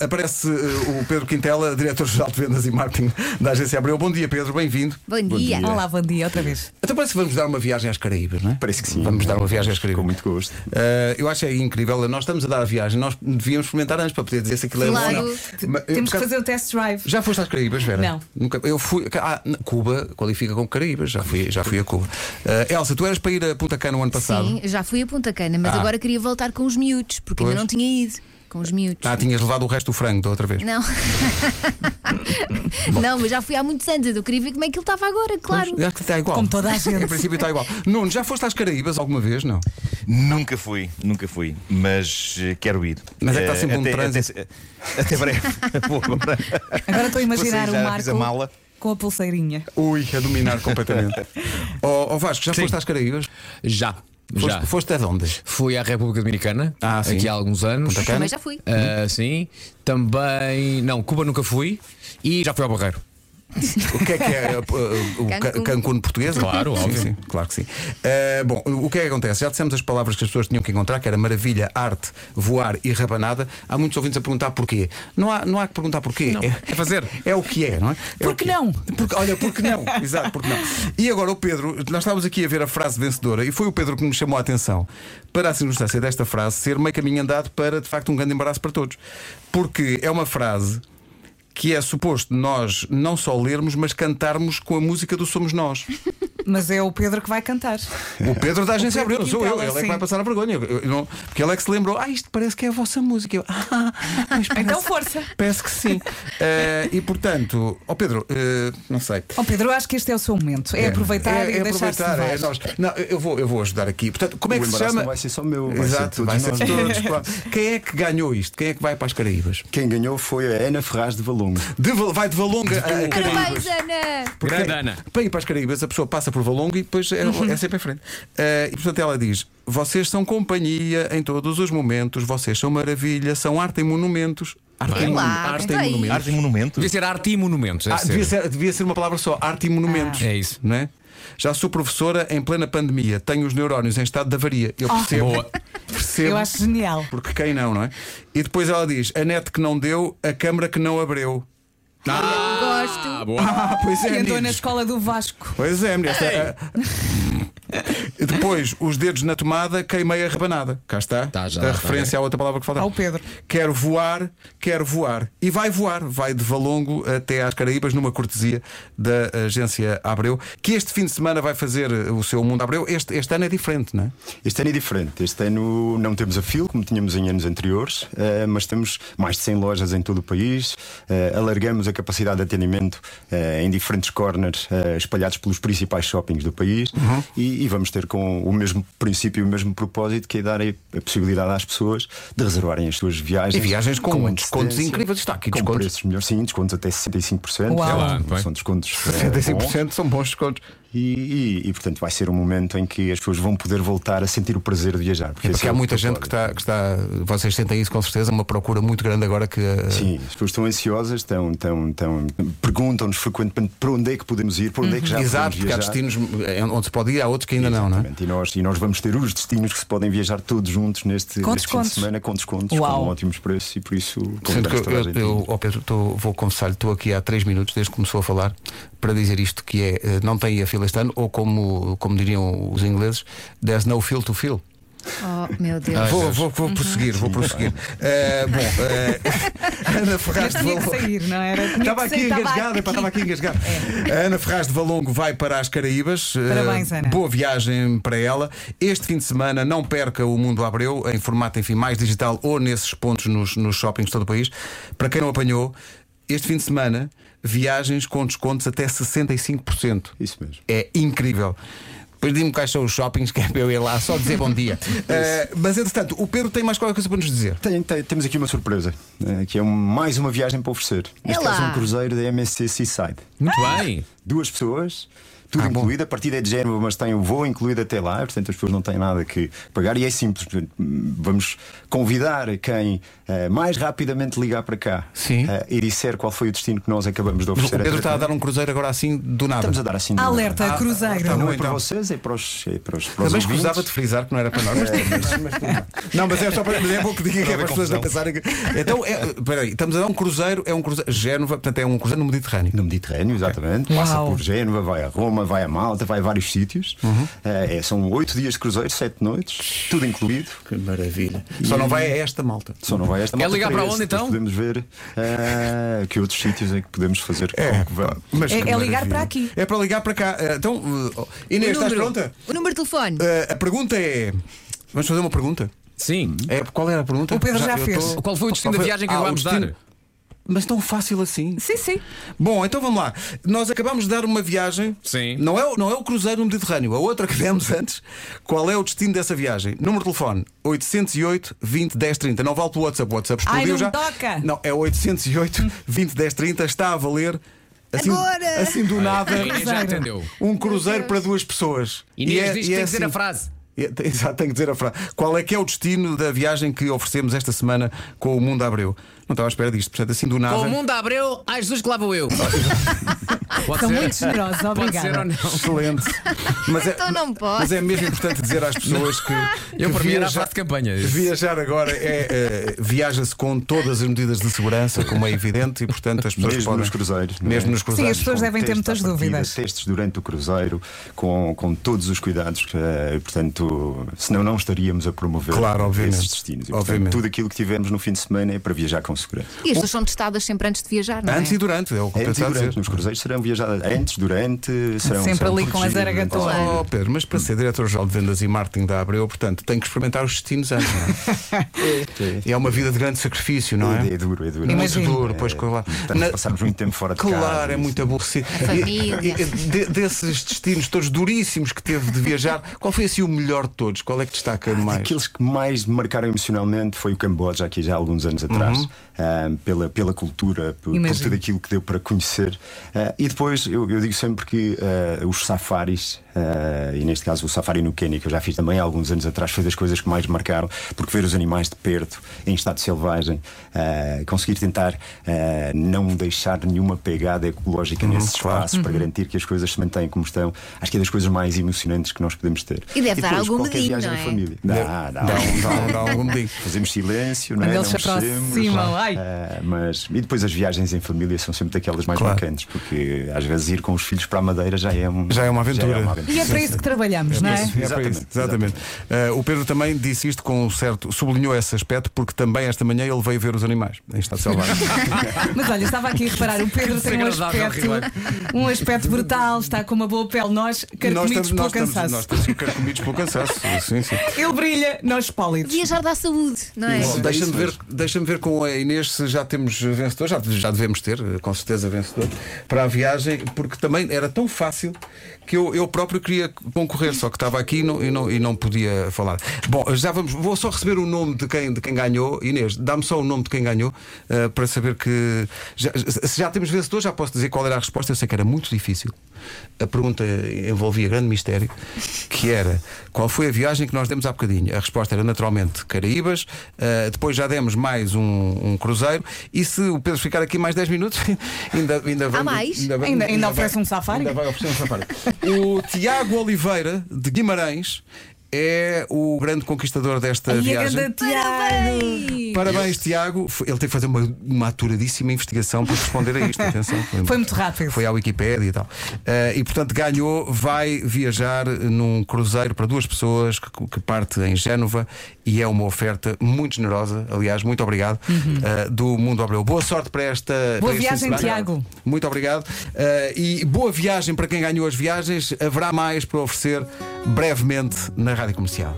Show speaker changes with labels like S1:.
S1: aparece eh, o Pedro Quintela, diretor-geral de vendas e marketing da Agência Abreu. Bom dia, Pedro, bem-vindo.
S2: Bom dia.
S1: dia.
S3: Olá, bom dia outra vez.
S1: Então parece que vamos dar uma viagem às Caraíbas, não é?
S4: Parece que sim.
S1: Vamos dar uma viagem às Caraíbas.
S4: Com muito gosto.
S1: Eh, eu acho é incrível. Nós estamos a dar a viagem, nós devíamos experimentar antes para poder dizer se aquilo é
S2: Claro.
S1: bom ou não.
S2: T-
S1: Mas, eh,
S3: Temos que
S1: por
S3: fazer o test drive.
S1: Já foste às Caraíbas, Vera?
S3: Não.
S1: Nunca. Eu fui. Ah, n- Cuba qualifica como Caraíbas. Já fui, já fui a Cuba. Ah, Elsa, tu eras para ir a Punta Cana o ano passado.
S2: Sim, já fui a Punta Cana, mas
S1: Ah.
S2: agora queria voltar com os miúdos, porque
S1: Pois.
S2: ainda não tinha ido. Com os miúdos.
S1: Ah, tinhas levado o resto do frango da outra vez.
S2: Não. não, mas já fui há muitos anos. Eu queria ver como é que ele estava agora, claro.
S1: Acho é que está igual.
S3: Como toda a gente.
S1: Em princípio está igual. Nuno, já foste às Caraíbas alguma vez? Não.
S4: Nunca fui, nunca fui, mas eh, quero ir.
S1: Mas é que está
S4: Eh,
S1: sempre um
S4: até,
S1: trânsito.
S4: Até, até breve. Vou agora.
S3: Agora estou a imaginar
S4: Vocês
S3: o
S4: já
S3: Marco
S4: fiz a mala?
S3: com a pulseirinha.
S1: Ui, a dominar completamente. Ó oh, Vasco, já
S5: Sim.
S1: foste às Caraíbas?
S5: Já, já.
S1: Foste, foste aonde?
S5: Fui à República Dominicana
S1: Ah, sim.
S5: aqui há alguns anos.
S1: Punta Cana. É,
S2: Também já fui.
S5: Ah, sim. Também. Não, Cuba nunca fui e já fui ao Barreiro.
S1: O que é que é uh, uh, o ca-
S2: Cancún.
S1: Cancún português?
S5: Claro,
S1: sim,
S5: óbvio.
S1: sim, claro que sim. Uh, bom, o que é que acontece? Já dissemos as palavras que as pessoas tinham que encontrar, que era maravilha, arte, voar e rabanada. Há muitos ouvintes a perguntar porquê. Não há, não há que perguntar porquê. É,
S5: é fazer.
S1: É o que é, não é? é
S3: Por
S1: o
S3: que
S1: é.
S3: não?
S1: Porque, olha, porque não? Exato, porque não. E agora o Pedro, nós estávamos aqui a ver a frase vencedora e foi o Pedro que me chamou a atenção para a circunstância desta frase ser meio caminho andado para, de facto, um grande embaraço para todos. Porque é uma frase que é suposto nós não só lermos, mas cantarmos com a música do Somos Nós.
S3: Mas é o Pedro que vai cantar.
S1: O Pedro da agência
S3: Pedro
S1: Abreu, sou eu,
S3: Quintela,
S1: ele é que
S3: sim.
S1: vai passar a vergonha. Eu- eu não- porque ele é que se lembrou, ah, isto parece que é a vossa música. Eu, ah, mas parece-
S3: Então força.
S1: Parece que sim. Eh, e portanto, ó Pedro, eh, não sei.
S3: Ó Pedro, eu acho que este é o seu momento. É, aproveitar
S1: é,
S3: e
S1: é
S3: deixar-se
S1: aproveitar, é
S3: levar.
S1: nós. Não, eu- eu vou, eu vou ajudar aqui. Portanto, como é
S4: O
S1: que se
S4: embaraço
S1: chama?
S4: não vai ser só meu, vai ser
S1: Exato,
S4: todos
S1: vai ser
S4: nós.
S1: de todos, claro. Quem é que ganhou isto? Quem é que vai para as Caraíbas?
S4: Quem ganhou foi a Ana Ferraz de Valongo.
S1: De Val- vai de Valonga a a Caraíbas.
S2: Parabéns, Ana!
S1: Porque
S5: Grande Ana. Uhum.
S1: Para ir para as Caraíbas, a pessoa passa por Valongo e depois é, é sempre em frente. Eh, e portanto ela diz: Vocês são companhia em todos os momentos, vocês são maravilha, são arte em monumentos. Arte, em,
S2: Olá,
S1: monu-
S2: bem
S5: então
S1: arte em
S5: é
S2: feito.
S1: monumentos.
S4: Arte e monumento.
S5: Devia ser arte e monumentos. deve
S1: Ah, devia,
S5: ser.
S1: ser, devia ser uma palavra só, arte e monumentos.
S5: Ah. É isso.
S1: Não é? Já sou professora em plena pandemia, tenho os neurónios em estado de avaria. Eu percebo.
S5: Oh. Boa.
S1: Percebo.
S3: Eu acho genial.
S1: Porque quem não, não é? E depois ela diz: a net que não deu, a câmara que não abriu.
S5: Ah,
S2: Gosto.
S5: boa.
S1: Ah, pois
S3: E então
S1: é,
S3: andou na
S1: meninos.
S3: escola do Vasco.
S1: Pois é, meninas. Esta- E Depois, os dedos na tomada, queimei a rebanada. Cá está.
S5: Tá, já
S1: a
S5: lá, tá,
S1: referência à outra palavra que faltava.
S3: Ao Pedro.
S1: Quero voar, quero voar. E vai voar, vai de Valongo até às Caraíbas, numa cortesia da agência Abreu, que este fim de semana vai fazer o seu Mundo Abreu. Este, este ano é diferente, não é?
S4: Este ano é diferente. Este ano não temos a fila, como tínhamos em anos anteriores, eh, mas temos mais de 100 lojas em todo o país. eh, Alargamos a capacidade de atendimento eh, em diferentes corners eh, espalhados pelos principais shoppings do país
S1: Uhum.
S4: e, e vamos ter com o mesmo princípio e o mesmo propósito que é dar a, a possibilidade às pessoas de reservarem as suas viagens.
S1: E viagens com descontos
S4: antecedência,
S1: incríveis. Está aqui
S4: com
S1: descontos.
S4: preços melhores, sim, descontos até 65%.
S3: Uau.
S4: São-
S5: Ah, bem.
S4: São descontos. eh,
S1: É,
S4: bons.
S1: 75% são bons descontos.
S4: E, e- e, portanto vai ser um momento em que as pessoas vão poder voltar a sentir o prazer de viajar.
S1: É
S4: esse
S1: porque
S4: é
S1: há
S4: o
S1: muita gente que
S4: propósito.
S1: está, que está. Vocês sentem isso com certeza, uma procura muito grande agora que. uh,
S4: Sim, as pessoas estão ansiosas, estão, estão, estão, perguntam-nos frequentemente para onde é que podemos ir, para onde é que já
S1: Uhum. Exato,
S4: podemos
S1: porque há
S4: viajar.
S1: destinos eh, onde se pode ir, há outros que ainda não, não é?
S4: Exatamente, E nós, e nós vamos ter os destinos que se podem viajar todos juntos neste,
S3: Com
S4: neste fim de
S3: descontos.
S4: semana com descontos,
S3: Uau.
S4: com ótimos preços e por isso
S1: Sendo que
S4: convidamos toda a
S1: eu,
S4: gente a
S1: eu-
S4: ir.
S1: ó Pedro, tô- vou confessar-lhe, estou aqui há 3 minutos desde que começou a falar para dizer isto que é eh, não tem a fila este ano, ou como, como diriam os ingleses, there's no fill to fill.
S2: Oh, meu Deus.
S1: vou, vou, vou prosseguir, vou prosseguir. Eh, bom, eh, Ana Ferraz
S3: Mas
S1: de
S3: tinha que
S1: Valongo.
S3: sair, não era? Tinha
S1: Estava
S3: que
S1: aqui
S3: sair,
S1: engasgado, epá, estava aqui engasgado. A Ana Ferraz de Valongo vai para as Caraíbas. Eh,
S3: É. Parabéns, Ana.
S1: Boa viagem para ela. Este fim de semana não perca o Mundo Abreu, em formato, enfim, mais digital ou nesses pontos nos, nos shoppings de todo o país. Para quem não apanhou, este fim de semana, viagens com descontos até 65%.
S4: Isso mesmo.
S1: É incrível. Depois diz-me quais são os shoppings que é para eu ir lá, só dizer bom dia. Eh, mas entretanto, o Pedro tem mais qualquer coisa para nos dizer.
S4: Tem- tem- temos aqui uma surpresa, eh, que é um- mais uma viagem para oferecer. Neste
S2: É lá.
S4: caso, um cruzeiro da MSC Seaside.
S5: Muito bem.
S4: duas pessoas tudo
S1: Ah, bom.
S4: incluído. A partida é de género, mas tem o voo incluído até lá, portanto as pessoas não têm nada que pagar. E é simples, vamos convidar quem eh, mais rapidamente ligar para cá
S5: Sim.
S4: eh, e disser qual foi o destino que nós acabamos de
S1: O
S4: oferecer.
S1: Pedro está a
S4: Portanto,
S1: dar um cruzeiro agora assim do nada.
S4: Estamos a dar assim. de-
S3: Alerta,
S1: tá
S3: cruzeiro.
S1: bom.
S4: Não é para
S1: Então.
S4: vocês, é para os. É para os, para os
S1: Também
S4: ouvintes.
S1: escusava de frisar que não era para nós, mas, É. Não, mas é só para. Mas é bom que diga que é para as pessoas não pensarem que. Então, é, peraí, estamos a dar um cruzeiro, é um cruzeiro. Génova, portanto, é um cruzeiro no Mediterrâneo.
S4: No Mediterrâneo, exatamente. Passa
S3: Uau.
S4: por Génova, vai a Roma, vai a Malta, vai a vários sítios.
S1: Uhum.
S4: Eh, é, são oito dias de cruzeiro, sete noites, tudo incluído.
S6: Que maravilha.
S1: Só não vai a esta malta.
S3: É,
S4: Só não vai esta
S5: Quer
S4: malta
S5: ligar para
S4: esse,
S5: onde,
S4: depois
S5: então?
S4: Podemos ver eh, que outros sítios é que podemos fazer. com que vamos.
S1: Mas que
S3: É- é ligar
S1: maravilha.
S3: para aqui.
S1: É para ligar para cá. Eh, Então, eh, Inês, estás
S2: número-
S1: pronta?
S2: O número de telefone.
S1: Eh, a pergunta é. Vamos fazer uma pergunta?
S5: Sim.
S1: É, qual era a pergunta?
S3: O Pedro já
S1: eu
S3: fez.
S5: Qual foi o destino da viagem que
S1: Ah, o
S5: acabámos de dar?
S1: destino. Mas tão fácil assim.
S3: Sim, sim.
S1: Bom, então vamos lá. Nós acabamos de dar uma viagem.
S5: Sim.
S1: Não é, o- não é o cruzeiro no Mediterrâneo, a outra que demos antes. Qual é o destino dessa viagem? Número de telefone: 808 20 10 30. Não vale pelo WhatsApp. O WhatsApp
S3: Ai,
S1: explodiu
S3: não
S1: já.
S3: me toca.
S1: Não, é 808 20 10 30. Está a valer. Assim,
S2: Agora!
S1: assim do nada.
S5: A Inês é já entendeu.
S1: Um cruzeiro para duas pessoas.
S5: Inês diz que tem que dizer
S1: assim.
S5: a frase.
S1: É, tem- Exato, tenho que dizer a frase. Qual é que é o destino da viagem que oferecemos esta semana com o Mundo Abreu? Não estava à espera disto, portanto, assim do nada.
S5: Com o mundo abreu, ai Jesus que lá vou eu. Pode
S3: São
S5: ser?
S3: muito generosos,
S5: Pode ser ou
S3: obrigada.
S5: não?
S1: Excelente. Mas é,
S2: Então não pode.
S1: mas é mesmo importante dizer às pessoas que.
S5: Eu,
S1: que
S5: para mim, era a frase de campanha.
S1: Viajar agora é. eh, Viaja-se com todas as medidas de segurança, como é evidente, e portanto as pessoas
S4: Mesmo
S1: podem.
S4: nos cruzeiros, não é?
S1: Mesmo nos cruzeiros.
S3: as pessoas
S4: com
S3: devem ter
S4: testes
S3: muitas
S4: à partida,
S3: dúvidas.
S4: Testes durante o cruzeiro, com, com todos os cuidados, eh, portanto, senão não estaríamos a promover
S1: Claro, obviamente.
S4: esses destinos. E,
S1: Obviamente.
S4: portanto, tudo aquilo que tivemos no fim de semana é para viajar com segurança.
S2: E as pessoas são testadas sempre antes de viajar, não é?
S1: Antes e durante, é o que eu
S4: Antes e
S1: estava a dizer.
S4: durante, nos cruzeiros serão viajadas antes, durante, serão
S3: Sempre
S4: serão então,
S3: ali com a
S4: protegidas,
S3: zaragatoa.
S4: não tem-
S1: Oh, Pedro, mas para ser diretor-geral de vendas e marketing da Abreu, portanto, tem que experimentar os destinos antes, não é? é uma vida de grande sacrifício, não é?
S4: É, é duro, é duro.
S1: Muito
S3: Imagino.
S1: duro, pois, claro.
S4: Portanto, passamos muito tempo fora de casa.
S1: Claro, é
S4: isso.
S1: muito aborrecido.
S2: família.
S1: E- e- de- desses destinos todos duríssimos que teve de viajar, qual foi assim o melhor de todos? Qual é que
S3: Ah,
S1: destaca mais?
S4: Aqueles que mais me marcaram emocionalmente foi o Camboja, aqui já há alguns anos atrás, ah, pela, pela cultura, por, por
S3: Imagino.
S4: tudo aquilo que deu para conhecer. Ah, e depois eu, eu digo sempre que ah, os safaris, ah, e neste caso o safari no Quênia, que eu já fiz também há alguns anos atrás, foi das coisas que mais me marcaram, porque ver os animais de perto, em estado selvagem, ah, conseguir tentar ah, não deixar nenhuma pegada ecológica nesses espaços para garantir que as coisas se mantêm como estão, acho que é das coisas mais emocionantes que nós podemos ter.
S2: E
S1: Tipo,
S2: deve dar
S4: depois,
S2: algum
S4: qualquer
S2: medinho,
S4: viagem
S2: não
S4: em
S2: é?
S4: família. Dá,
S1: Dá
S4: dá.
S1: um, dá um, dá um algum bico.
S4: Fazemos silêncio, não é?
S3: Quando
S4: Não
S3: eles se
S4: mexemos.
S3: aproximam, ai.
S4: Ah, mas, e depois as viagens em família são sempre daquelas mais
S1: Claro.
S4: marcantes, porque às vezes ir com os filhos para a Madeira já é, um,
S1: Já é uma aventura.
S4: já é uma
S3: E é para isso que trabalhamos, não é?
S1: É para
S4: Exatamente,
S1: isso, exatamente. Ah, o Pedro também disse isto com um certo. sublinhou esse aspecto, porque também esta manhã ele veio ver os animais em estado selvagem.
S3: Mas olha, estava aqui a reparar, o Pedro tem um
S5: Desagradável,
S3: aspecto, um aspecto brutal, está com uma boa pele, nós carcomidos
S1: estamos-
S3: pelo
S1: nós estamos-
S3: cansaço.
S1: Nós estamos carcomidos pelo cansaço. Sim, sim.
S3: Ele brilha, nós pólidos.
S2: Viajar dá saúde, não é?
S1: Bom,
S4: é
S1: Deixa-me
S4: isso
S1: ver,
S4: mesmo.
S1: deixa ver com a Inês se já temos vencedor, já, já devemos ter, eh, com certeza, vencedor, para a viagem, porque também era tão fácil que eu, eu próprio queria concorrer, só que estava aqui e não, e, não, e não podia falar. Bom, já vamos, vou só receber o nome de quem, de quem ganhou. Inês, dá-me só o nome de quem ganhou eh, para saber que. Já, se já temos vencedor, já posso dizer qual era a resposta. Eu sei que era muito difícil. A pergunta envolvia grande mistério, que era qual foi a viagem que nós demos há bocadinho? A resposta era naturalmente Caraíbas, ah, depois já demos mais um, um cruzeiro, e se o Pedro ficar aqui mais 10 minutos, ainda, ainda vai.
S2: mais?
S1: vai-
S3: Ainda- ainda
S1: vai-
S3: oferece um safari?
S1: Ainda vai oferecer um safari. o Tiago Oliveira, de Guimarães, é o grande conquistador desta
S3: E a
S1: viagem.
S3: grande Tiago.
S1: Parabéns, Tiago. Foi- Ele teve que fazer uma, uma aturadíssima investigação para responder a isto. Atenção.
S3: Foi muito rápido.
S1: Foi à Wikipédia e tal. Eh, e portanto ganhou, vai viajar num cruzeiro para duas pessoas que, que parte em Génova e é uma oferta muito generosa, aliás, muito obrigado, eh, do Mundo Abreu. Boa sorte para esta.
S3: Uhum. Boa
S1: para este
S3: viagem,
S1: fim de semana.
S3: Tiago.
S1: Muito obrigado. Eh, e boa viagem para quem ganhou as viagens. Haverá mais para oferecer brevemente na Rádio Comercial.